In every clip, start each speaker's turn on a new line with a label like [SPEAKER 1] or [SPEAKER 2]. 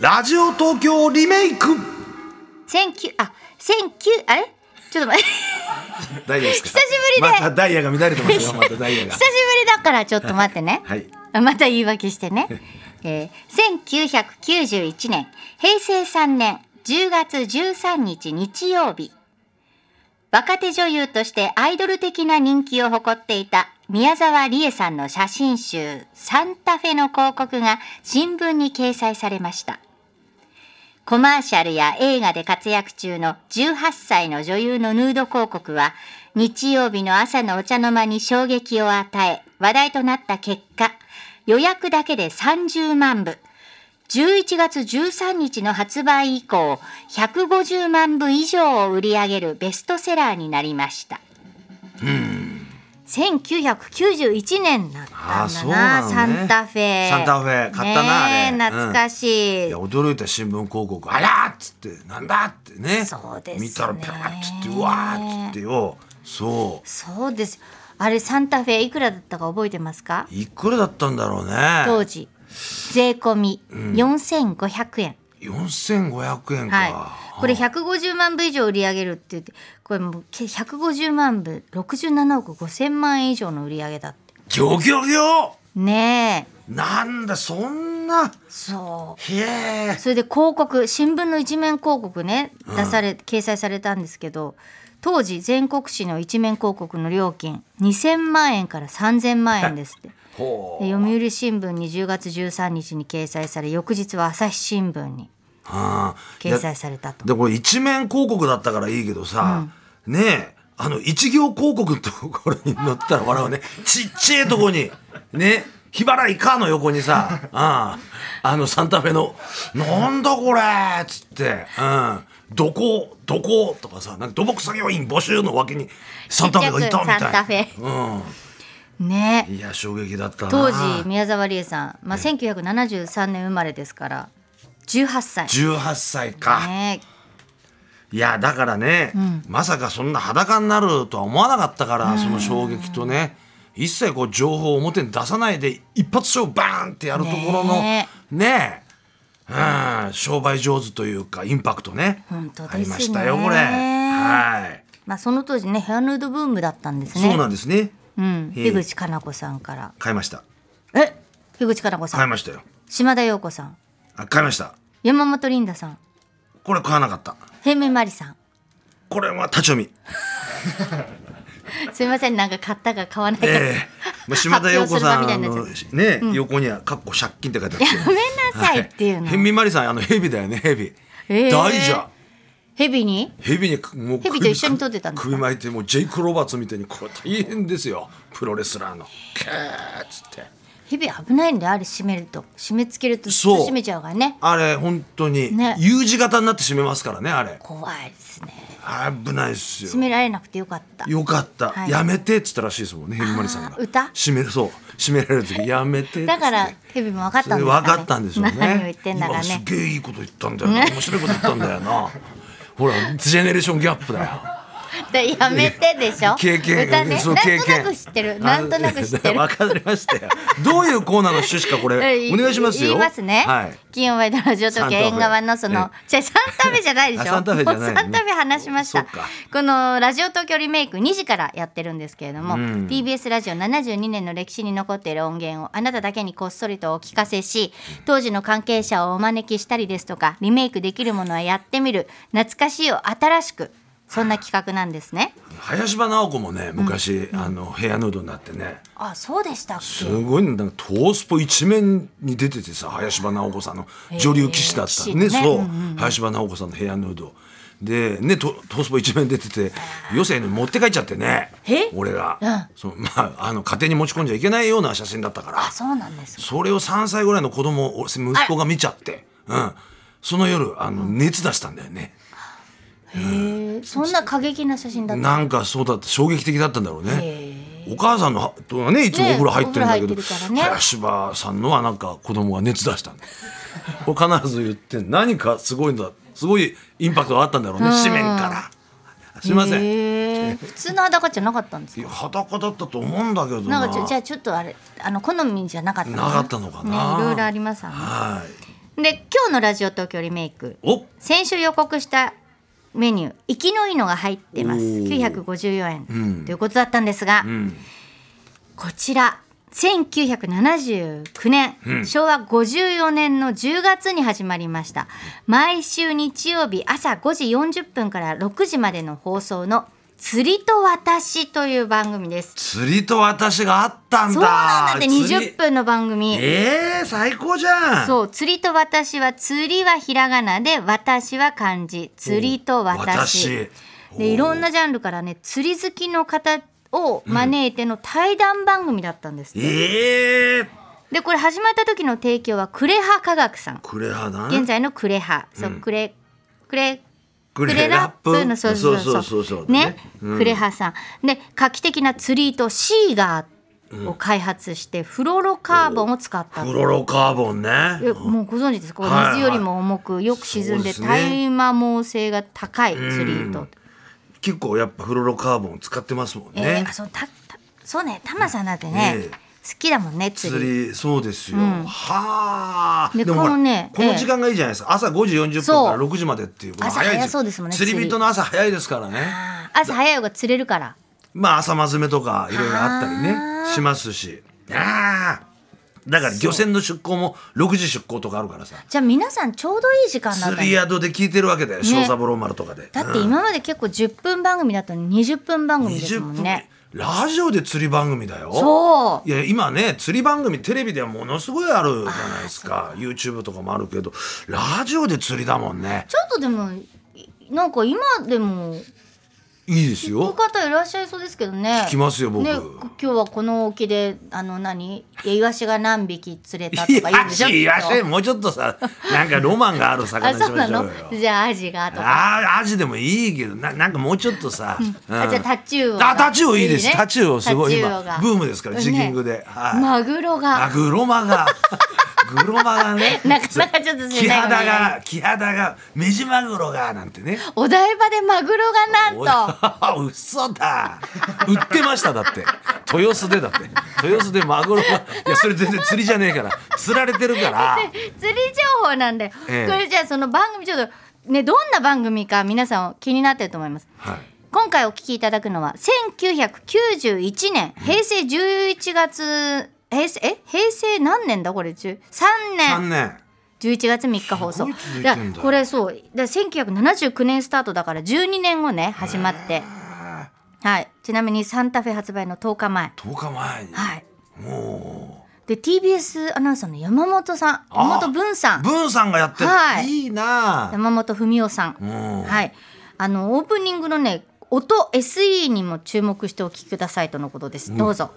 [SPEAKER 1] ラジオ東京リメイク
[SPEAKER 2] 千九あ千九あれちょっと待って
[SPEAKER 1] 大丈夫ですか
[SPEAKER 2] 久しぶりで
[SPEAKER 1] またダイヤが乱れてます よまたダイヤが
[SPEAKER 2] 久しぶりだからちょっと待ってね、
[SPEAKER 1] はい
[SPEAKER 2] あまた言い訳し てね、えー、1991年平成3年10月13日日曜日若手女優としてアイドル的な人気を誇っていた宮沢りえさんの写真集「サンタフェ」の広告が新聞に掲載されましたコマーシャルや映画で活躍中の18歳の女優のヌード広告は、日曜日の朝のお茶の間に衝撃を与え、話題となった結果、予約だけで30万部。11月13日の発売以降、150万部以上を売り上げるベストセラーになりました。1991年だった
[SPEAKER 1] あー
[SPEAKER 2] んだ
[SPEAKER 1] そう
[SPEAKER 2] な
[SPEAKER 1] なのね
[SPEAKER 2] サンタフェ
[SPEAKER 1] サンタフェ買ったな
[SPEAKER 2] ね
[SPEAKER 1] あ
[SPEAKER 2] え
[SPEAKER 1] れうん
[SPEAKER 2] 懐かしい、
[SPEAKER 1] いや驚いた新聞広告あらーっつってなんだってね
[SPEAKER 2] そうですね
[SPEAKER 1] 見たらピャーっつってうわーっつってよそう
[SPEAKER 2] そうですあれサンタフェいくらだったか覚えてますか
[SPEAKER 1] いくらだったんだろう
[SPEAKER 2] 当
[SPEAKER 1] ね
[SPEAKER 2] 時税込み4500円、
[SPEAKER 1] 4500円か、
[SPEAKER 2] はいこれ150万部以上売り上げるって言ってこれもうけ150万部67億5000万円以上の売り上げだって
[SPEAKER 1] ギョギョギョ
[SPEAKER 2] ねえ
[SPEAKER 1] なんだそんな
[SPEAKER 2] そう
[SPEAKER 1] へえ
[SPEAKER 2] それで広告新聞の一面広告ね出され、掲載されたんですけど当時全国紙の一面広告の料金2,000万円から3,000万円ですって
[SPEAKER 1] ほう
[SPEAKER 2] で読売新聞に10月13日に掲載され翌日は朝日新聞に
[SPEAKER 1] あーい
[SPEAKER 2] 掲
[SPEAKER 1] や
[SPEAKER 2] 載されたと
[SPEAKER 1] でこれ一面広告だったからいいけどさ、ねえあの一行広告のところに載ってたら笑う ねちっちゃいとこにね日払いかの横にさ、 うん、あのサンタフェの「なんだこれ!」っつって「うん、どこどこ?」とかさなんか土木作業員募集の脇にサンタフェがいたみたい
[SPEAKER 2] ちっちゃくサンタフ
[SPEAKER 1] うん、
[SPEAKER 2] ね
[SPEAKER 1] いや衝撃だったな
[SPEAKER 2] 当時宮沢りえさん、まあ、1973年生まれですから18歳
[SPEAKER 1] 18歳か、
[SPEAKER 2] ね
[SPEAKER 1] いやだからね、まさかそんな裸になるとは思わなかったからその衝撃とね一切こう情報を表に出さないで一発勝負バーンってやるところのね
[SPEAKER 2] ね
[SPEAKER 1] えうん、商売上手というかインパクトね
[SPEAKER 2] 本当ですね
[SPEAKER 1] ありましたよこれはい、
[SPEAKER 2] まあ、その当時ねヘアヌードブームだったんですね
[SPEAKER 1] そうなんですね
[SPEAKER 2] うん、
[SPEAKER 1] ええ
[SPEAKER 2] 樋口かな子さんから
[SPEAKER 1] 買いました
[SPEAKER 2] え樋口かな子さん、
[SPEAKER 1] 買いましたよ
[SPEAKER 2] 島田陽子さん
[SPEAKER 1] あ買いました
[SPEAKER 2] 山本リンダさん
[SPEAKER 1] これ買わなかった
[SPEAKER 2] 平面マリさん
[SPEAKER 1] これは立ち読み
[SPEAKER 2] すみませんなんか買ったか買わないか、
[SPEAKER 1] ええまあ、島田陽子さん
[SPEAKER 2] 発表する場みたいになっちゃ
[SPEAKER 1] の
[SPEAKER 2] った
[SPEAKER 1] ね、横には「かっこ借金」って書いてある
[SPEAKER 2] やめなさいっていうの、
[SPEAKER 1] ヘビマリさんあのヘビだよねヘビ、
[SPEAKER 2] えー
[SPEAKER 1] 大じゃ
[SPEAKER 2] ヘビに
[SPEAKER 1] ヘビにもう
[SPEAKER 2] ヘビと一緒に撮ってたんですか
[SPEAKER 1] 首首巻いてもうジェイク・ロバーツみたいにこれ大変ですよプロレスラーのキャーっつって
[SPEAKER 2] ヘビ危ないんであれ締めると締め付けるとずっ
[SPEAKER 1] そう
[SPEAKER 2] と締めちゃうからね
[SPEAKER 1] あれ本当に、
[SPEAKER 2] ね
[SPEAKER 1] U 字型になって締めますからねあれ
[SPEAKER 2] 怖いですね
[SPEAKER 1] 危ないっすよ
[SPEAKER 2] 締められなくてよかった
[SPEAKER 1] よかった、
[SPEAKER 2] はい
[SPEAKER 1] やめてっつったらしいですもんねヘビマリさんが
[SPEAKER 2] あー歌
[SPEAKER 1] 締めるそう締められる時やめてっつって
[SPEAKER 2] だからヘビも分かったんですかね
[SPEAKER 1] 分かったんでしょうね
[SPEAKER 2] 何を言ってんだか
[SPEAKER 1] 今す
[SPEAKER 2] ね
[SPEAKER 1] げえいいこと言ったんだよな面白いこと言ったんだよなほらジェネレーションギャップだよ
[SPEAKER 2] でやめてでしょ
[SPEAKER 1] 経験
[SPEAKER 2] 歌ね
[SPEAKER 1] そう経験
[SPEAKER 2] なんとなく知ってるなんとなく知ってる
[SPEAKER 1] わかりましたよどういうコーナーの趣旨か これ
[SPEAKER 2] え
[SPEAKER 1] お願いしますよ
[SPEAKER 2] 言いますね。
[SPEAKER 1] はい
[SPEAKER 2] 金曜ワイドラジオ
[SPEAKER 1] サ
[SPEAKER 2] 東京
[SPEAKER 1] ンタフェ
[SPEAKER 2] 縁側のその、じゃあサンタフェじゃないでしょ。
[SPEAKER 1] あサンタフェじゃないね
[SPEAKER 2] もうサンタフェ話しまし
[SPEAKER 1] そ
[SPEAKER 2] た。
[SPEAKER 1] っか
[SPEAKER 2] このラジオ東京リメイク2時からやってるんですけれども、TBS ラジオ72年の歴史に残っている音源をあなただけにこっそりとお聞かせし、当時の関係者をお招きしたりですとか、リメイクできるものはやってみる、懐かしいを新しく、そんな企画なんですね。
[SPEAKER 1] 林場直子もね昔、あの部屋ヌードになってね
[SPEAKER 2] あ、そうでしたっ
[SPEAKER 1] す
[SPEAKER 2] け。
[SPEAKER 1] ごいなんかトースポ一面に出ててさ林場直子さんの女流棋士だった
[SPEAKER 2] へー
[SPEAKER 1] ね
[SPEAKER 2] 棋士ね
[SPEAKER 1] そう、
[SPEAKER 2] うん
[SPEAKER 1] 林場直子さんの部屋ヌードでねトトースポ一面に出てて余生に持って帰っちゃってね
[SPEAKER 2] え
[SPEAKER 1] 俺が、
[SPEAKER 2] うん
[SPEAKER 1] そうまああの家庭に持ち込んじゃいけないような写真だったから
[SPEAKER 2] あ、そうなんですか。
[SPEAKER 1] それを3歳ぐらいの子供を息子が見ちゃって、うん、その夜あの熱出したんだよね、
[SPEAKER 2] へえ、そんな過激な写真だった。
[SPEAKER 1] なんかそうだった衝撃的だったんだろうねお母さんのはとはねいつもお風呂入ってるんだけど、
[SPEAKER 2] ねお風呂入ってるからね
[SPEAKER 1] 林場さんのはなんか子供が熱出した んだこれ必ず言って何かすごいんだすごいインパクトがあったんだろうね紙面からすいません
[SPEAKER 2] へー普通の裸じゃなかったんですか
[SPEAKER 1] いや裸だったと思うんだけどな
[SPEAKER 2] なんかちょじゃあちょっとあれあの好みじゃなかった
[SPEAKER 1] なかったのかな
[SPEAKER 2] ねいろいろありますわね
[SPEAKER 1] はい
[SPEAKER 2] で今日のラジオ東京リメイク
[SPEAKER 1] お
[SPEAKER 2] 先週予告したメニュー生きのいいのが入ってます
[SPEAKER 1] おー
[SPEAKER 2] 954円、
[SPEAKER 1] うん
[SPEAKER 2] ということだったんですが、
[SPEAKER 1] うん
[SPEAKER 2] こちら1979年、
[SPEAKER 1] うん
[SPEAKER 2] 昭和54年の10月に始まりました毎週日曜日朝5時40分から6時までの放送の「釣りと私」という番組です。
[SPEAKER 1] 釣りと私があったんだ
[SPEAKER 2] そうなんだって
[SPEAKER 1] 釣り
[SPEAKER 2] 20分の番組。
[SPEAKER 1] ええ最高じゃん
[SPEAKER 2] そう釣りと私は釣りはひらがなで私は漢字釣りと私
[SPEAKER 1] 私
[SPEAKER 2] でいろんなジャンルからね釣り好きの方を招いての対談番組だったんですって、
[SPEAKER 1] ええ
[SPEAKER 2] でこれ始まった時の提供はクレハ科学さん
[SPEAKER 1] クレハな
[SPEAKER 2] 現在のクレハ、そうクレクレ
[SPEAKER 1] ク
[SPEAKER 2] クレラップのそうそうそう
[SPEAKER 1] そうそうそう
[SPEAKER 2] ね、
[SPEAKER 1] うん
[SPEAKER 2] クレハさんで画期的な釣りとシーガーを開発してフロロカーボンを使った
[SPEAKER 1] フロロカーボンね
[SPEAKER 2] えもうご存知ですか、
[SPEAKER 1] はいはい
[SPEAKER 2] 水よりも重くよく沈んで
[SPEAKER 1] そうですね
[SPEAKER 2] 耐摩耗性が高い釣り糸、
[SPEAKER 1] 結構やっぱフロロカーボン使ってますもん
[SPEAKER 2] え
[SPEAKER 1] ね
[SPEAKER 2] ー、あそうたたそうねタマさんだってね、
[SPEAKER 1] ええ
[SPEAKER 2] 好きだもんね釣り
[SPEAKER 1] 釣りそうですよ、
[SPEAKER 2] ん
[SPEAKER 1] はあ
[SPEAKER 2] で
[SPEAKER 1] ほら
[SPEAKER 2] このね
[SPEAKER 1] この時間がいいじゃないですか朝5時40分から6時までっていうこの
[SPEAKER 2] 朝
[SPEAKER 1] い時
[SPEAKER 2] 早そうですもんね
[SPEAKER 1] 釣り人の朝早いですからね
[SPEAKER 2] あー朝早い方が釣れるから
[SPEAKER 1] まあ朝まずめとかいろいろあったり
[SPEAKER 2] あー
[SPEAKER 1] ねしますしああだから漁船の出港も6時出港とかあるからさ
[SPEAKER 2] じゃあ皆さんちょうどいい時間なん
[SPEAKER 1] 釣
[SPEAKER 2] だ
[SPEAKER 1] り
[SPEAKER 2] ね
[SPEAKER 1] 宿で聞いてるわけだよ小三郎丸とかで
[SPEAKER 2] だって今まで結構10分番組だったのに20分番組です
[SPEAKER 1] 20
[SPEAKER 2] もん
[SPEAKER 1] 分
[SPEAKER 2] ね
[SPEAKER 1] ラジオで釣り番組だよ
[SPEAKER 2] そう
[SPEAKER 1] いや今ね釣り番組テレビではものすごいあるじゃないですか YouTube とかもあるけどラジオで釣りだもんね
[SPEAKER 2] ちょっとでもいなんか今でも
[SPEAKER 1] いいです
[SPEAKER 2] お
[SPEAKER 1] よ
[SPEAKER 2] 方いらっしゃいそうですけどね
[SPEAKER 1] 聞きますよ僕
[SPEAKER 2] ね、今日はこの沖であの何いやイワシが何匹釣れたと
[SPEAKER 1] い
[SPEAKER 2] か言うん
[SPEAKER 1] や
[SPEAKER 2] で
[SPEAKER 1] し
[SPEAKER 2] しょ
[SPEAKER 1] いや
[SPEAKER 2] きっ
[SPEAKER 1] し
[SPEAKER 2] と
[SPEAKER 1] もうちょっとさなんかロマンがある魚
[SPEAKER 2] あ
[SPEAKER 1] に
[SPEAKER 2] そ
[SPEAKER 1] しま
[SPEAKER 2] うな
[SPEAKER 1] しょう
[SPEAKER 2] の
[SPEAKER 1] よ
[SPEAKER 2] じゃあアジがとか
[SPEAKER 1] あーアジでもいいけどななんかもうちょっとさ、うん
[SPEAKER 2] あじゃあタチウオが
[SPEAKER 1] あタチウオいいです
[SPEAKER 2] ね
[SPEAKER 1] タチウオすごい
[SPEAKER 2] タチウオが
[SPEAKER 1] 今ブームですからジギングで、
[SPEAKER 2] ね
[SPEAKER 1] はい、
[SPEAKER 2] マグロ
[SPEAKER 1] あ
[SPEAKER 2] が
[SPEAKER 1] グロマ がグロマがね
[SPEAKER 2] なかなかちょっと
[SPEAKER 1] キハダがキハダがメジマグロがなんてね
[SPEAKER 2] お台場でマグロがなんと
[SPEAKER 1] お嘘だ売ってましただって豊洲でだって豊洲でマグロがいやそれ全然釣りじゃねえから釣られてるから
[SPEAKER 2] 釣り情報なんで、
[SPEAKER 1] ええ
[SPEAKER 2] これじゃあその番組ちょっとねどんな番組か皆さん気になってると思います
[SPEAKER 1] はい
[SPEAKER 2] 今回お聞きいただくのは1991年平成11月平成え平成何年だこれ3
[SPEAKER 1] 3
[SPEAKER 2] 年
[SPEAKER 1] 年
[SPEAKER 2] 11月3日放
[SPEAKER 1] す
[SPEAKER 2] 送
[SPEAKER 1] ごい続いて
[SPEAKER 2] だ
[SPEAKER 1] んだ
[SPEAKER 2] からこれそうだから1979年スタートだから12年後ね始まって、はい、ちなみにサンタフェ発売の10日前、
[SPEAKER 1] 10日前に
[SPEAKER 2] はい、
[SPEAKER 1] も
[SPEAKER 2] で TBS アナウンサーの山本さん山本文さ
[SPEAKER 1] うんブンさんがやってる、
[SPEAKER 2] はい
[SPEAKER 1] いいなあ
[SPEAKER 2] 山本文夫さん
[SPEAKER 1] うん
[SPEAKER 2] はい、あのオープニングのね音 SE にも注目してお聞きくださいとのことです、どうぞ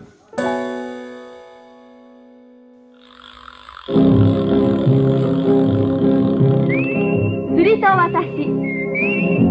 [SPEAKER 3] 釣りと私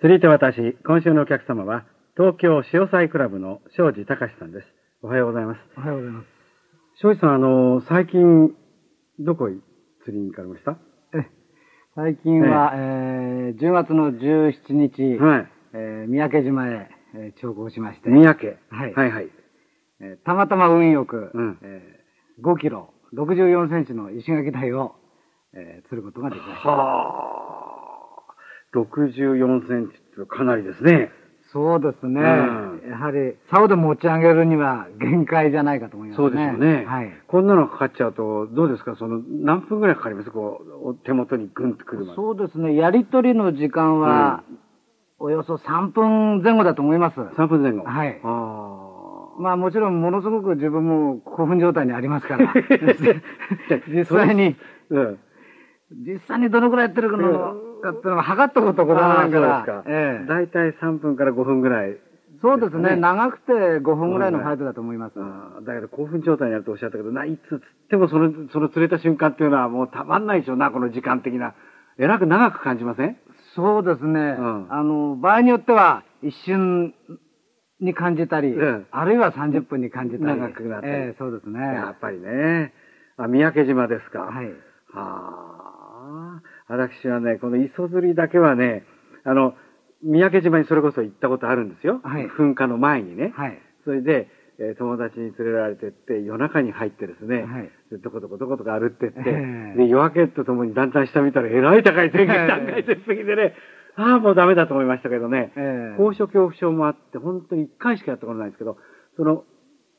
[SPEAKER 4] 釣りと私、今週のお客様は、東京潮騒クラブの庄司隆さんです。おはようございます。
[SPEAKER 5] おはようございます。
[SPEAKER 4] 庄司さん、あの、最近、どこへ釣りに行かれました
[SPEAKER 5] 最近は、えー10月の17日、
[SPEAKER 4] はい
[SPEAKER 5] えー三宅島へ、えー調合しまして、
[SPEAKER 4] 三宅。
[SPEAKER 5] はい
[SPEAKER 4] はいはい。
[SPEAKER 5] えーたまたま運よく、
[SPEAKER 4] うん
[SPEAKER 5] えー5キロ、64センチの石垣鯛を、えー釣ることができました。
[SPEAKER 4] はあ。64センチってかなりですね。
[SPEAKER 5] そうですね、
[SPEAKER 4] うん
[SPEAKER 5] やはり、竿で持ち上げるには限界じゃないかと思いますね。
[SPEAKER 4] そうですよね。
[SPEAKER 5] はい。
[SPEAKER 4] こんなのかかっちゃうと、どうですかその、何分ぐらいかかりますこう、お手元にグンとくるまで。
[SPEAKER 5] そうですね、やりとりの時間は、およそ3分前後だと思います。
[SPEAKER 4] 3分前後。
[SPEAKER 5] はい
[SPEAKER 4] ああ。
[SPEAKER 5] まあもちろんものすごく自分も興奮状態にあります から、実
[SPEAKER 4] それ
[SPEAKER 5] 際に、
[SPEAKER 4] うん。
[SPEAKER 5] 実際にどのくらいやってるのかってのは測ったことございませんか
[SPEAKER 4] あ
[SPEAKER 5] ら
[SPEAKER 4] あそうですか、
[SPEAKER 5] ええ
[SPEAKER 4] 大体3分から5分ぐらい。
[SPEAKER 5] そうですね、長くて5分ぐらいの
[SPEAKER 4] うん
[SPEAKER 5] ファイトだと思います。
[SPEAKER 4] あーだけど興奮状態になるとおっしゃったけど、ないつ釣ってもその、その釣れた瞬間っていうのはもうたまんないでしょうな、この時間的な。えらく長く感じません
[SPEAKER 5] そうですね、
[SPEAKER 4] ん
[SPEAKER 5] あの、場合によっては一瞬に感じたり、
[SPEAKER 4] うん
[SPEAKER 5] あるいは30分に感じたり。
[SPEAKER 4] 長くなったり
[SPEAKER 5] ええそうですね。
[SPEAKER 4] やっぱりね。あ、三宅島ですか。
[SPEAKER 5] はい。
[SPEAKER 4] はあ。私はね、この磯釣りだけはね、あの、三宅島にそれこそ行ったことあるんですよ。
[SPEAKER 5] はい
[SPEAKER 4] 噴火の前にね。
[SPEAKER 5] はい。
[SPEAKER 4] それで、えー友達に連れられてって、夜中に入ってですね、
[SPEAKER 5] はい
[SPEAKER 4] でどこどこどこどこ歩ってって、
[SPEAKER 5] ええ
[SPEAKER 4] で、夜明けとともにだんだん下見たら、えらい高い天気
[SPEAKER 5] ええ
[SPEAKER 4] 高い絶壁でね、ああ、もうダメだと思いましたけどね、
[SPEAKER 5] ええ
[SPEAKER 4] 高所恐怖症もあって、本当に一回しかやったことないんですけど、その、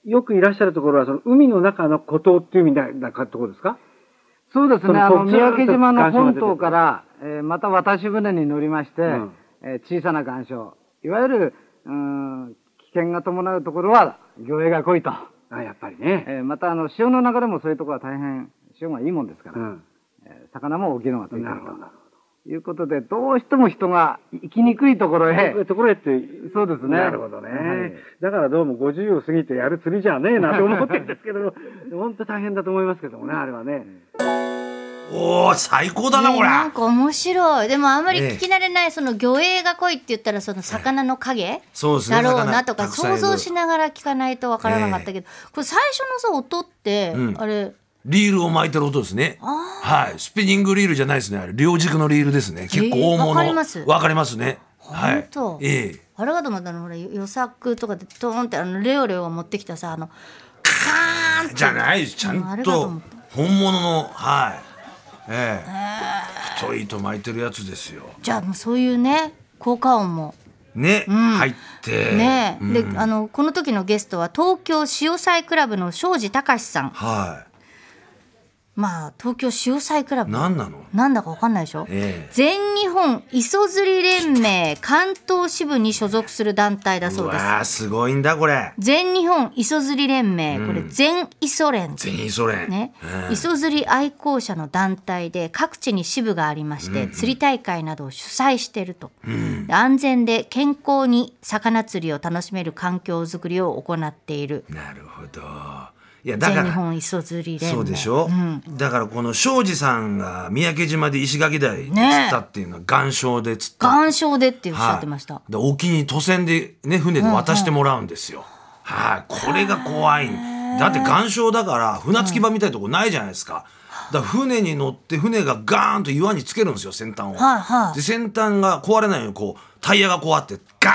[SPEAKER 4] よくいらっしゃるところは、その、海の中の孤島っていうみたいなところですか
[SPEAKER 5] そうです
[SPEAKER 4] そ
[SPEAKER 5] ね、
[SPEAKER 4] の
[SPEAKER 5] あ
[SPEAKER 4] こう
[SPEAKER 5] の、三宅島の
[SPEAKER 4] ずーっ
[SPEAKER 5] 本
[SPEAKER 4] と
[SPEAKER 5] 島から、えーまた渡し船に乗りまして、
[SPEAKER 4] うん
[SPEAKER 5] えー小さな岩礁、いわゆる、うーん、危険が伴うところは、魚影が濃いと。
[SPEAKER 4] あやっぱりね。
[SPEAKER 5] えーまた、あの、潮の流れもそういうところは大変、潮がいいもんですから、
[SPEAKER 4] うん。
[SPEAKER 5] えー魚も大きいのがついてる
[SPEAKER 4] なるほどなる
[SPEAKER 5] ということで、どうしても人が行きにくいところへ
[SPEAKER 4] そういう、ところへって、
[SPEAKER 5] そうですね
[SPEAKER 4] なるほどね、
[SPEAKER 5] はい
[SPEAKER 4] だからどうも50を過ぎてやる釣りじゃねえなと思ってるんですけども、 本当大変だと思いますけどもね、あれはね。
[SPEAKER 1] おお最高だな
[SPEAKER 2] ね
[SPEAKER 1] これ、
[SPEAKER 2] なんか面白いでもあんまり
[SPEAKER 1] ええ
[SPEAKER 2] 聞き慣れないその魚影が濃いって言ったらその魚の影
[SPEAKER 1] そうですね
[SPEAKER 2] だろうなと
[SPEAKER 1] 魚た
[SPEAKER 2] か
[SPEAKER 1] くさんい
[SPEAKER 2] 想
[SPEAKER 1] る
[SPEAKER 2] 像しながら聞かないとわからなかったけど、これ最初のさ音って、
[SPEAKER 1] うん
[SPEAKER 2] あれ
[SPEAKER 1] リールを巻いてる音ですねはいスピニングリールじゃないですねあれ両軸のリールですね結構大物
[SPEAKER 2] わかります
[SPEAKER 1] わかりますねはい
[SPEAKER 2] 本当
[SPEAKER 1] ええ
[SPEAKER 2] あれかと思ったのほら予作とかでドーンってあのレオレオが持ってきたさあのカーンって
[SPEAKER 1] じゃないですちゃ
[SPEAKER 2] うんあ
[SPEAKER 1] ん
[SPEAKER 2] れかと
[SPEAKER 1] と
[SPEAKER 2] 思っ
[SPEAKER 1] 本物のはいええ太い糸巻いてるやつですよ
[SPEAKER 2] じゃあもうそういうね効果音も
[SPEAKER 1] ね、
[SPEAKER 2] ん
[SPEAKER 1] 入って
[SPEAKER 2] ね、
[SPEAKER 1] うん
[SPEAKER 2] であのこの時のゲストは東京潮騒クラブの庄司隆さん
[SPEAKER 1] は
[SPEAKER 2] まあ東京潮騒クラ
[SPEAKER 1] い
[SPEAKER 2] ブ
[SPEAKER 1] 何なの
[SPEAKER 2] なんだかわかんないでしょ、
[SPEAKER 1] ええ
[SPEAKER 2] 全日本磯釣り連盟関東支部に所属する団体だ
[SPEAKER 1] う
[SPEAKER 2] そうです
[SPEAKER 1] わーすごいんだこれ
[SPEAKER 2] 全日本磯釣り連盟、これ全磯連
[SPEAKER 1] 全員それ
[SPEAKER 2] ね、
[SPEAKER 1] うん
[SPEAKER 2] 磯釣り愛好者の団体で各地に支部がありまして、釣り大会などを主催していると、で安全で健康に魚釣りを楽しめる環境づくりを行っている
[SPEAKER 1] なるほどいやだか
[SPEAKER 2] 全日
[SPEAKER 1] ら
[SPEAKER 2] 本磯釣り連盟
[SPEAKER 1] そうでしょ、だからこの庄司さんが三宅島で石垣台に釣ったっていうのは岩礁で釣った、
[SPEAKER 2] 岩礁でっておっしゃってました、
[SPEAKER 1] はい、で沖に渡船でね船で渡してもらうんですよ、はいこれが怖いだって岩礁だから船着き場みたいなとこないじゃないですか、だから船に乗って船がガーンと岩につけるんですよ先端を、
[SPEAKER 2] はいはい
[SPEAKER 1] で先端が壊れないようにこうタイヤがこうあってガ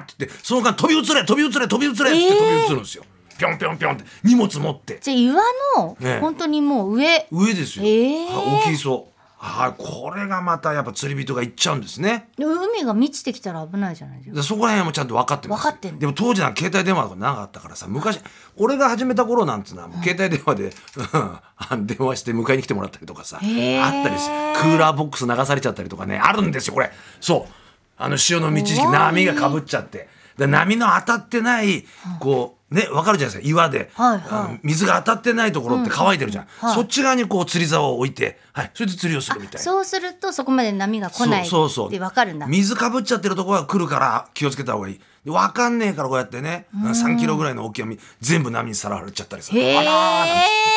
[SPEAKER 1] ーってってその間飛び移れ飛び移れ飛び移れっつって飛び移るんですよ、ぴょんぴょんぴょんって荷物持って
[SPEAKER 2] じゃあ岩の、
[SPEAKER 1] ね
[SPEAKER 2] 本当にもう上
[SPEAKER 1] 上ですよ、
[SPEAKER 2] えー
[SPEAKER 1] はい大きいそうはいこれがまたやっぱ釣り人が行っちゃうんですね
[SPEAKER 2] 海が満ちてきたら危ないじゃないですか
[SPEAKER 1] でそこら辺もちゃんと分かってます
[SPEAKER 2] 分かってんの
[SPEAKER 1] でも当時なんか携帯電話がなかったからさ昔俺が始めた頃なんてのはもう携帯電話で、 うん、電話して迎えに来てもらったりとかさあ
[SPEAKER 2] へー
[SPEAKER 1] ったりしてクーラーボックス流されちゃったりとかねあるんですよこれそうあの潮の満ち引き
[SPEAKER 2] 怖い
[SPEAKER 1] 波がかぶっちゃってで波の当たってないこうね分かるじゃないですか岩で、
[SPEAKER 2] はいはい
[SPEAKER 1] あの水が当たってないところって乾いてるじゃん、
[SPEAKER 2] はい
[SPEAKER 1] そっち側にこう釣り竿を置いて、はい、それで釣りをするみたいな。
[SPEAKER 2] そうするとそこまで波が来ない
[SPEAKER 1] そうそうそう
[SPEAKER 2] ってわかるんだ
[SPEAKER 1] 水かぶっちゃってるとこは来るから気をつけた方がいいで分かんねえからこうやってね3キロぐらいの大きな網全部波にさらわれちゃったりさ
[SPEAKER 2] へえ
[SPEAKER 1] あらーなんて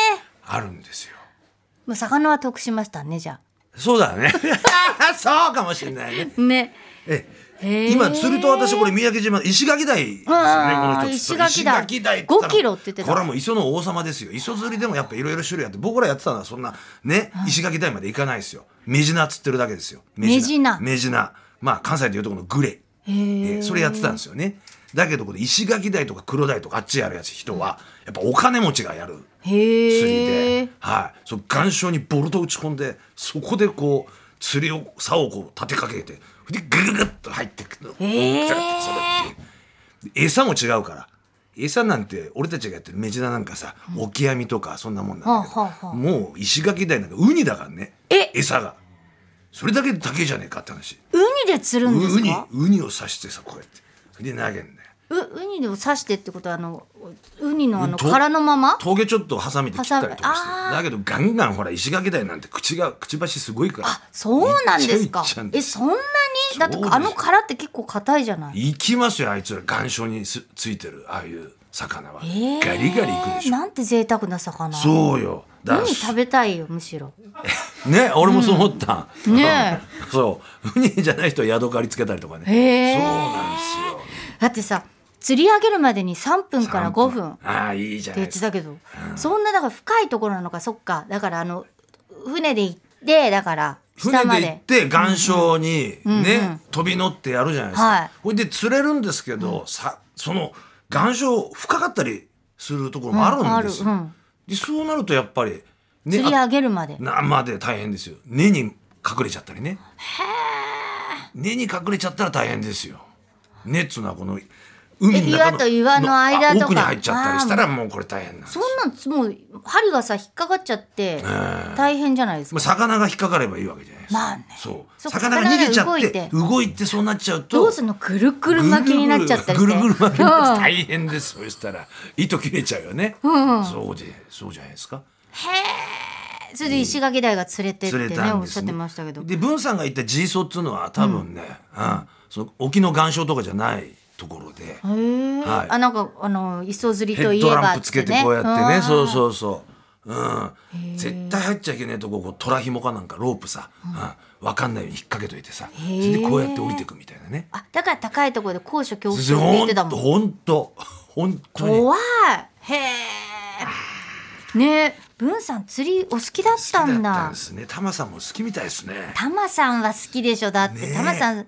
[SPEAKER 1] あるんですよ
[SPEAKER 2] もう魚は得しましたねじゃ
[SPEAKER 1] そうだよ ねそうかもしれないね
[SPEAKER 2] あね
[SPEAKER 1] え
[SPEAKER 2] へ
[SPEAKER 1] え
[SPEAKER 2] ー
[SPEAKER 1] 今釣ると私これ三宅島石垣台ですよねこ
[SPEAKER 2] あー
[SPEAKER 1] の人
[SPEAKER 2] 石垣台
[SPEAKER 1] 石台って言ったら
[SPEAKER 2] 5キロって言ってた
[SPEAKER 1] これはもう磯の王様ですよ磯釣りでもやっぱいろいろ種類あって僕らやってたのはそんなね石垣台まで行かないですよメジナ釣ってるだけですよ
[SPEAKER 2] メジナ
[SPEAKER 1] メジナまあ関西でいうとこのグレ
[SPEAKER 2] へー
[SPEAKER 1] えーそれやってたんですよね。だけどこれ石垣台とか黒台とかあっちやるやつ人はやっぱお金持ちがやる釣り
[SPEAKER 2] へ
[SPEAKER 1] で
[SPEAKER 2] え、
[SPEAKER 1] はい、そう岩礁にボルト打ち込んでそこでこう釣りを竿をこう立てかけてでぐるぐるっと入ってくるの。
[SPEAKER 2] へー
[SPEAKER 1] ぐるっとそれってで餌も違うから餌なんて俺たちがやってるメジナなんかさオキアミとかそんなもんなんだけど、
[SPEAKER 2] はあはあはあ
[SPEAKER 1] もう石垣台なんかウニだからね
[SPEAKER 2] え
[SPEAKER 1] 餌がそれだけで高えじゃねえかって話。
[SPEAKER 2] ウニで釣るんです
[SPEAKER 1] ウニ
[SPEAKER 2] か
[SPEAKER 1] ウニを刺してさこうやってそれで投げんだよ
[SPEAKER 2] うウニを刺してってことはあのウニのあの
[SPEAKER 1] と
[SPEAKER 2] 殻のまま
[SPEAKER 1] 峠ちょっとハサミで切ったりとかし
[SPEAKER 2] ハサミあー
[SPEAKER 1] てだけどガンガンほら石垣台なんて口がくちばしすごいから
[SPEAKER 2] そうなんですか
[SPEAKER 1] めっちゃいっちゃうんで
[SPEAKER 2] え
[SPEAKER 1] す
[SPEAKER 2] そんなにだって
[SPEAKER 1] そうです
[SPEAKER 2] あの殻って結構硬いじゃない
[SPEAKER 1] 行きますよあいつら岩礁にすついてるああいう魚は、
[SPEAKER 2] えー
[SPEAKER 1] ガリガリいくでしょ
[SPEAKER 2] なんて贅沢な魚
[SPEAKER 1] そうよだ
[SPEAKER 2] ウニ食べたいよむしろ
[SPEAKER 1] ね俺もそう思った、
[SPEAKER 2] ね
[SPEAKER 1] うんそうウニじゃない人はヤドカリつけたりとかね
[SPEAKER 2] へー
[SPEAKER 1] そうなんですよ
[SPEAKER 2] だってさ釣り上げるまでに3分から5分って
[SPEAKER 1] ああいいじゃない
[SPEAKER 2] 言っ
[SPEAKER 1] で
[SPEAKER 2] て
[SPEAKER 1] すか
[SPEAKER 2] たけど、そんなだから深いところなのかそっかだからあの船で行ってだから下ま
[SPEAKER 1] 船
[SPEAKER 2] で
[SPEAKER 1] で行って岩礁にね、
[SPEAKER 2] んうん
[SPEAKER 1] 飛び乗ってやるじゃないですか、
[SPEAKER 2] はい
[SPEAKER 1] ほいで釣れるんですけど、さその岩礁深かったりするところもあるんですよ、
[SPEAKER 2] うんあるうん
[SPEAKER 1] でそうなるとやっぱり、ね、
[SPEAKER 2] 釣り上げるまで
[SPEAKER 1] あ生で大変ですよ根に隠れちゃったりね根に隠れちゃったら大変ですよ根っつうのはこの海の中
[SPEAKER 2] 岩と岩の間とか
[SPEAKER 1] 奥に入っちゃったりしたらもうこれ大変なんです
[SPEAKER 2] そんなんつもう針がさ引っかかっちゃって大変じゃないです
[SPEAKER 1] まあ、
[SPEAKER 2] か、
[SPEAKER 1] 魚が引っかかればいいわけじゃないですか。
[SPEAKER 2] まあね
[SPEAKER 1] そう。
[SPEAKER 2] そっか
[SPEAKER 1] 魚が逃げちゃ
[SPEAKER 2] 魚が
[SPEAKER 1] っ
[SPEAKER 2] 動い
[SPEAKER 1] て
[SPEAKER 2] て
[SPEAKER 1] 動いてそうなっちゃうと。
[SPEAKER 2] どうすんのくるくる巻きになっちゃったり
[SPEAKER 1] ぐ
[SPEAKER 2] して
[SPEAKER 1] るぐるぐるぐる巻きになっちゃう
[SPEAKER 2] うん
[SPEAKER 1] 大変です。そしたら糸切れちゃうよね。そうでそうじゃないですか。
[SPEAKER 2] それで石垣台が連れてって
[SPEAKER 1] 釣
[SPEAKER 2] ね
[SPEAKER 1] れたん
[SPEAKER 2] おっ
[SPEAKER 1] で
[SPEAKER 2] しゃ
[SPEAKER 1] す
[SPEAKER 2] っ
[SPEAKER 1] ね。
[SPEAKER 2] てましたけど
[SPEAKER 1] で文さんが言ったジーソっていうのは多分ね、うん、その沖の岩礁とかじゃないところで。
[SPEAKER 2] へえ、
[SPEAKER 1] はい
[SPEAKER 2] あなんかあの磯釣り
[SPEAKER 1] ヘ
[SPEAKER 2] と
[SPEAKER 1] ッ
[SPEAKER 2] いえ
[SPEAKER 1] ドラ
[SPEAKER 2] ば
[SPEAKER 1] ン
[SPEAKER 2] っ
[SPEAKER 1] プつけ
[SPEAKER 2] て
[SPEAKER 1] て
[SPEAKER 2] ね
[SPEAKER 1] こうやってね
[SPEAKER 2] うん
[SPEAKER 1] そうそうそう、うん、絶対入っちゃいけないとここう虎ひもかなんかロープさ、うん、分かんないように引っ掛けといてさそ
[SPEAKER 2] へえ
[SPEAKER 1] れでこうやって降りてくみたいなね
[SPEAKER 2] あだから高いところで高所恐怖症って言
[SPEAKER 1] ほ
[SPEAKER 2] っ
[SPEAKER 1] ん
[SPEAKER 2] てた
[SPEAKER 1] と
[SPEAKER 2] もん
[SPEAKER 1] ほんとほんとに
[SPEAKER 2] 怖いへえね文さん釣りお好きだったん
[SPEAKER 1] だった
[SPEAKER 2] だ
[SPEAKER 1] んですねタマさんも好きみたいですね
[SPEAKER 2] タマさんは好きでしょだって、
[SPEAKER 1] ねえ
[SPEAKER 2] タマさん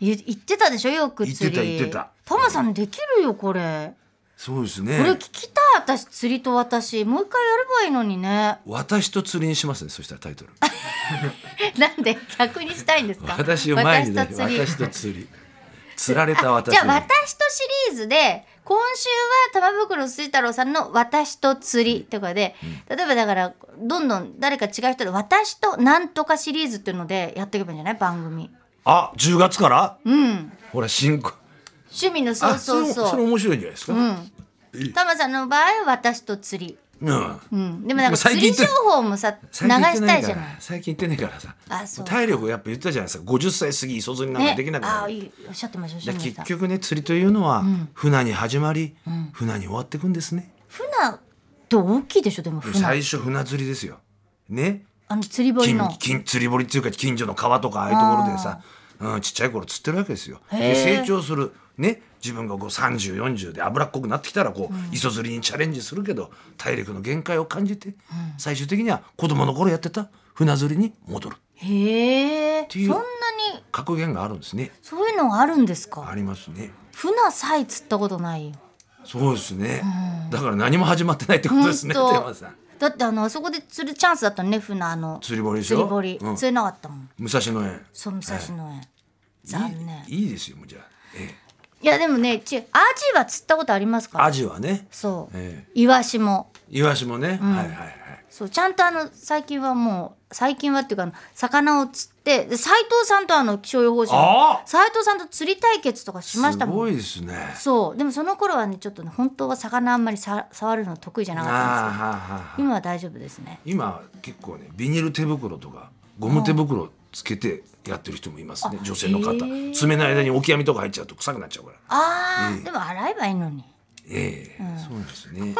[SPEAKER 2] 言言ってたでしょよく
[SPEAKER 1] 言
[SPEAKER 2] 釣り
[SPEAKER 1] ってた言ってた
[SPEAKER 2] タマさんできるよこれ
[SPEAKER 1] そうです
[SPEAKER 2] これ
[SPEAKER 1] ね
[SPEAKER 2] 聞きたい私釣りと私もう一回やればいいのにね
[SPEAKER 1] 私と釣りにしますねそしたらタイトル
[SPEAKER 2] なんで逆にしたいんですか
[SPEAKER 1] 私を前にね
[SPEAKER 2] 私と釣り
[SPEAKER 1] 私と釣り釣られた私
[SPEAKER 2] じゃあ
[SPEAKER 1] に
[SPEAKER 2] 私とシリーズで今週は玉袋筋太郎さんの「私と釣り」とかで、例えばだからどんどん誰か違う人で「私となんとかシリーズ」っていうのでやっていけばいいんじゃない番組
[SPEAKER 1] あ10月から
[SPEAKER 2] うん
[SPEAKER 1] ほら新婚
[SPEAKER 2] 趣味のそう
[SPEAKER 1] あ
[SPEAKER 2] そう
[SPEAKER 1] れもそれ
[SPEAKER 2] そう
[SPEAKER 1] 面白いんじゃないですか、
[SPEAKER 2] タマさんの場合は「私と釣り」
[SPEAKER 1] うん
[SPEAKER 2] うん、でもな
[SPEAKER 1] で
[SPEAKER 2] んか
[SPEAKER 1] も最
[SPEAKER 2] 釣
[SPEAKER 1] 近言
[SPEAKER 2] り
[SPEAKER 1] って
[SPEAKER 2] 情報もさ流
[SPEAKER 1] 最近言って
[SPEAKER 2] した
[SPEAKER 1] ないい
[SPEAKER 2] じゃ
[SPEAKER 1] か
[SPEAKER 2] ない
[SPEAKER 1] ら最近言ってないからさ
[SPEAKER 2] あそう
[SPEAKER 1] 体力やっぱ言ってたじゃないですか50歳過ぎ磯釣りなんかできなく
[SPEAKER 2] あ
[SPEAKER 1] な
[SPEAKER 2] あ
[SPEAKER 1] る、
[SPEAKER 2] いいおっしゃってましたおっしゃ
[SPEAKER 1] だ
[SPEAKER 2] っ
[SPEAKER 1] か
[SPEAKER 2] て
[SPEAKER 1] ら
[SPEAKER 2] ました
[SPEAKER 1] 結局ね釣りというのは、船に始まり、船に終わっていくんですね
[SPEAKER 2] 船って大きいでしょでも船
[SPEAKER 1] 最初船釣りですよね
[SPEAKER 2] あの釣り堀
[SPEAKER 1] 金
[SPEAKER 2] の
[SPEAKER 1] 金釣り堀っていうか近所の川とかああいうところでさ、うん、ちっちゃい頃釣ってるわけですよ。
[SPEAKER 2] へ
[SPEAKER 1] で
[SPEAKER 2] え
[SPEAKER 1] 成長するね自分がこう3040で脂っこくなってきたらこう、磯釣りにチャレンジするけど体力の限界を感じて、最終的には子供の頃やってた船釣りに戻る
[SPEAKER 2] へえそ
[SPEAKER 1] てい
[SPEAKER 2] ん
[SPEAKER 1] う
[SPEAKER 2] なに
[SPEAKER 1] 格言があるんですね。
[SPEAKER 2] そういうのがあるんですか
[SPEAKER 1] ありますね。
[SPEAKER 2] 船さえ釣ったことないよ
[SPEAKER 1] そうですね。だから何も始まってないってことですね。
[SPEAKER 2] ほんと
[SPEAKER 1] 山田さん。
[SPEAKER 2] だってあのあそこで釣るチャンスだったのね船あの
[SPEAKER 1] 釣り堀でしょ
[SPEAKER 2] 釣り堀、
[SPEAKER 1] うん
[SPEAKER 2] 釣れなかったもん
[SPEAKER 1] 武蔵野園。
[SPEAKER 2] その武蔵野園、残念い
[SPEAKER 1] いいいいですよ。もうじゃあ、ええ
[SPEAKER 2] やでもねちアジは釣ったことありますから
[SPEAKER 1] アジはね、
[SPEAKER 2] そう、
[SPEAKER 1] え
[SPEAKER 2] イワシも
[SPEAKER 1] イワシもね、はいはいはい。
[SPEAKER 2] そうちゃんとあの最近はもう最近はっていうかあの魚を釣ってで斉藤さんとあの気象予報士の
[SPEAKER 1] ああ
[SPEAKER 2] 斉藤さんと釣り対決とかしました
[SPEAKER 1] す
[SPEAKER 2] も
[SPEAKER 1] ご
[SPEAKER 2] ん
[SPEAKER 1] いですね。
[SPEAKER 2] そうでもその頃はねちょっとね本当は魚あんまりさ触るの得意じゃな
[SPEAKER 1] あ
[SPEAKER 2] か
[SPEAKER 1] ー
[SPEAKER 2] ったんです
[SPEAKER 1] はあはあ
[SPEAKER 2] けど今は大丈夫ですね
[SPEAKER 1] 今結構ねビニール手袋とかゴム手袋つけてやってる人もいますね。女性の方
[SPEAKER 2] へえ、
[SPEAKER 1] 爪の間にオキアミとか入っちゃうと臭くなっちゃうから。
[SPEAKER 2] ああ、でも洗えばいいのに。
[SPEAKER 1] ええそうなんですね。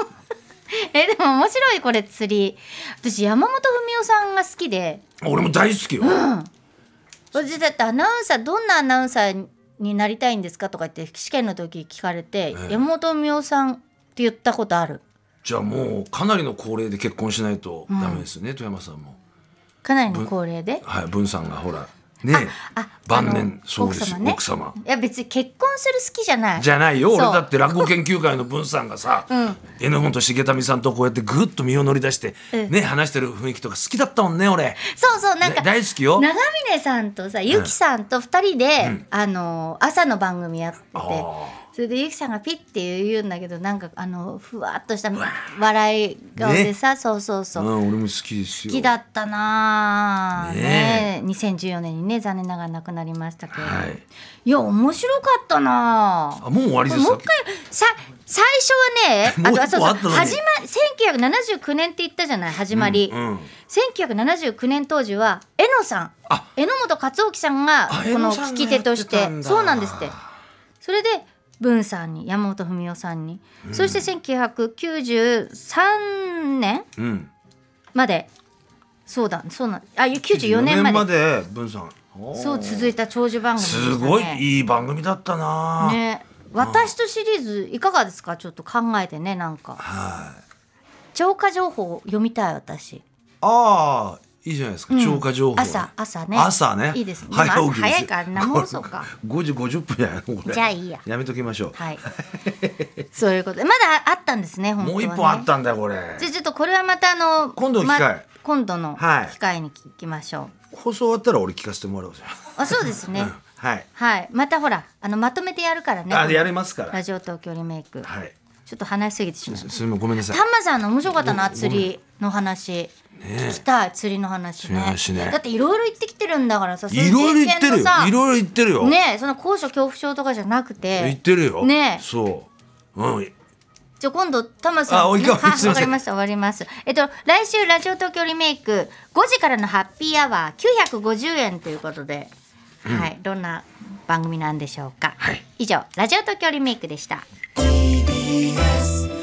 [SPEAKER 2] えでも面白いこれ釣り。私山本文雄さんが好きで、
[SPEAKER 1] 俺も大好きよ。
[SPEAKER 2] 私だってアナウンサーどんなアナウンサーになりたいんですかとか言って試験の時聞かれて、山本文雄さんって言ったことある。
[SPEAKER 1] じゃあもうかなりの高齢で結婚しないとダメですね、富山さんも。
[SPEAKER 2] かなりの高齢で。
[SPEAKER 1] はい、文さんがほらね
[SPEAKER 2] あ
[SPEAKER 1] 晩
[SPEAKER 2] あの
[SPEAKER 1] 年そうですよ奥様,、
[SPEAKER 2] いや別に結婚する好きじゃない。
[SPEAKER 1] じゃないよ
[SPEAKER 2] そう
[SPEAKER 1] 俺だって落語研究会の文さんがさ、榎本重民さんとこうやってぐっと身を乗り出して、
[SPEAKER 2] うん
[SPEAKER 1] ね話してる雰囲気とか好きだったもんね俺
[SPEAKER 2] そうそうなんか、
[SPEAKER 1] ね大好きよ
[SPEAKER 2] 長峰さんとさゆきさんと二人で、あの朝の番組やってて
[SPEAKER 1] あー
[SPEAKER 2] それでゆきさんがピッて言うんだけどなんかあのふわっとした笑い顔でさ、そうそう
[SPEAKER 1] う
[SPEAKER 2] そう、
[SPEAKER 1] ん
[SPEAKER 2] 好
[SPEAKER 1] 俺も好きですよ
[SPEAKER 2] きだったなあね
[SPEAKER 1] ね
[SPEAKER 2] 2014年にね残念ながら亡くなりましたけれど、
[SPEAKER 1] はいい、
[SPEAKER 2] や面白かったなあ
[SPEAKER 1] あもう終わりです
[SPEAKER 2] もう
[SPEAKER 1] か
[SPEAKER 2] 一回さ最初 はね
[SPEAKER 1] もう
[SPEAKER 2] あ
[SPEAKER 1] 一
[SPEAKER 2] と
[SPEAKER 1] 個
[SPEAKER 2] あ
[SPEAKER 1] あ
[SPEAKER 2] そう
[SPEAKER 1] っ
[SPEAKER 2] そ
[SPEAKER 1] たの
[SPEAKER 2] う
[SPEAKER 1] に
[SPEAKER 2] 始ま1979年って言ったじゃない始まり、
[SPEAKER 1] うんうん
[SPEAKER 2] 1979年当時は榎野さん
[SPEAKER 1] あ
[SPEAKER 2] 榎本勝興さんが
[SPEAKER 1] あ
[SPEAKER 2] こ
[SPEAKER 1] 榎
[SPEAKER 2] の
[SPEAKER 1] 野さんが
[SPEAKER 2] 聞き手とし
[SPEAKER 1] やっててたんだ
[SPEAKER 2] そうなんですってそれで文さんに山本文雄さんに、そして1993年
[SPEAKER 1] うん
[SPEAKER 2] までそうだそうなんあ94年ま
[SPEAKER 1] 94年
[SPEAKER 2] で
[SPEAKER 1] まで文さん
[SPEAKER 2] そう続いた長寿番組でし
[SPEAKER 1] す
[SPEAKER 2] たね
[SPEAKER 1] ごいいい番組だったな、
[SPEAKER 2] ね私とシリーズいかがですかちょっと考えてねなんか
[SPEAKER 1] はい。
[SPEAKER 2] 超過情報を読みたい私
[SPEAKER 1] ああ、いいじゃないですか。超過情報。
[SPEAKER 2] 朝朝ね
[SPEAKER 1] 朝ね。
[SPEAKER 2] いいですね
[SPEAKER 1] 早
[SPEAKER 2] でも
[SPEAKER 1] 起き
[SPEAKER 2] 朝
[SPEAKER 1] です
[SPEAKER 2] 早いから生放送か。
[SPEAKER 1] 5時50分やこれ。
[SPEAKER 2] じゃあいいや
[SPEAKER 1] やめときましょう。
[SPEAKER 2] はいそういうことでまだあったんですね本当
[SPEAKER 1] も
[SPEAKER 2] は
[SPEAKER 1] う
[SPEAKER 2] ね
[SPEAKER 1] 一本あったんだよ、これ。
[SPEAKER 2] じゃあちょっとこれはまたあの
[SPEAKER 1] 今度の機会
[SPEAKER 2] ま今度の
[SPEAKER 1] はい
[SPEAKER 2] 機会に聞きましょう、
[SPEAKER 1] 放送終わったら俺聞かせてもらおうじ
[SPEAKER 2] あそうですね、
[SPEAKER 1] ゃん。うんはい。
[SPEAKER 2] はいまたほらあのまとめてやるからね
[SPEAKER 1] あ、やれますから。は
[SPEAKER 2] ラ
[SPEAKER 1] い。
[SPEAKER 2] ジオ東京リメイク、ちょっと話しすぎてしまいまし
[SPEAKER 1] すみません、ごめんなさ
[SPEAKER 2] た
[SPEAKER 1] い。
[SPEAKER 2] タンマさんの面白かったな釣りの話、聞きたい釣りの話ね
[SPEAKER 1] 釣りの話ね
[SPEAKER 2] だっていろいろ言ってきてるんだからさその
[SPEAKER 1] いろいろ言ってるよ
[SPEAKER 2] 経験の。さ
[SPEAKER 1] いろいろ言ってるよ。
[SPEAKER 2] ねえその高所恐怖症とかじゃなくて
[SPEAKER 1] 言ってるよ。
[SPEAKER 2] ねえ
[SPEAKER 1] そう。うん。
[SPEAKER 2] じゃあ今度タマさん
[SPEAKER 1] あおい
[SPEAKER 2] ね
[SPEAKER 1] かおい
[SPEAKER 2] はい
[SPEAKER 1] すい
[SPEAKER 2] わ
[SPEAKER 1] ま
[SPEAKER 2] か
[SPEAKER 1] せん
[SPEAKER 2] りました終わりますえっと来週ラジオ東京リメイク5時からのハッピーアワー950円ということで、はいどんな番組なんでしょうか、
[SPEAKER 1] はい
[SPEAKER 2] 以上ラジオ東京リメイクでした
[SPEAKER 6] TBS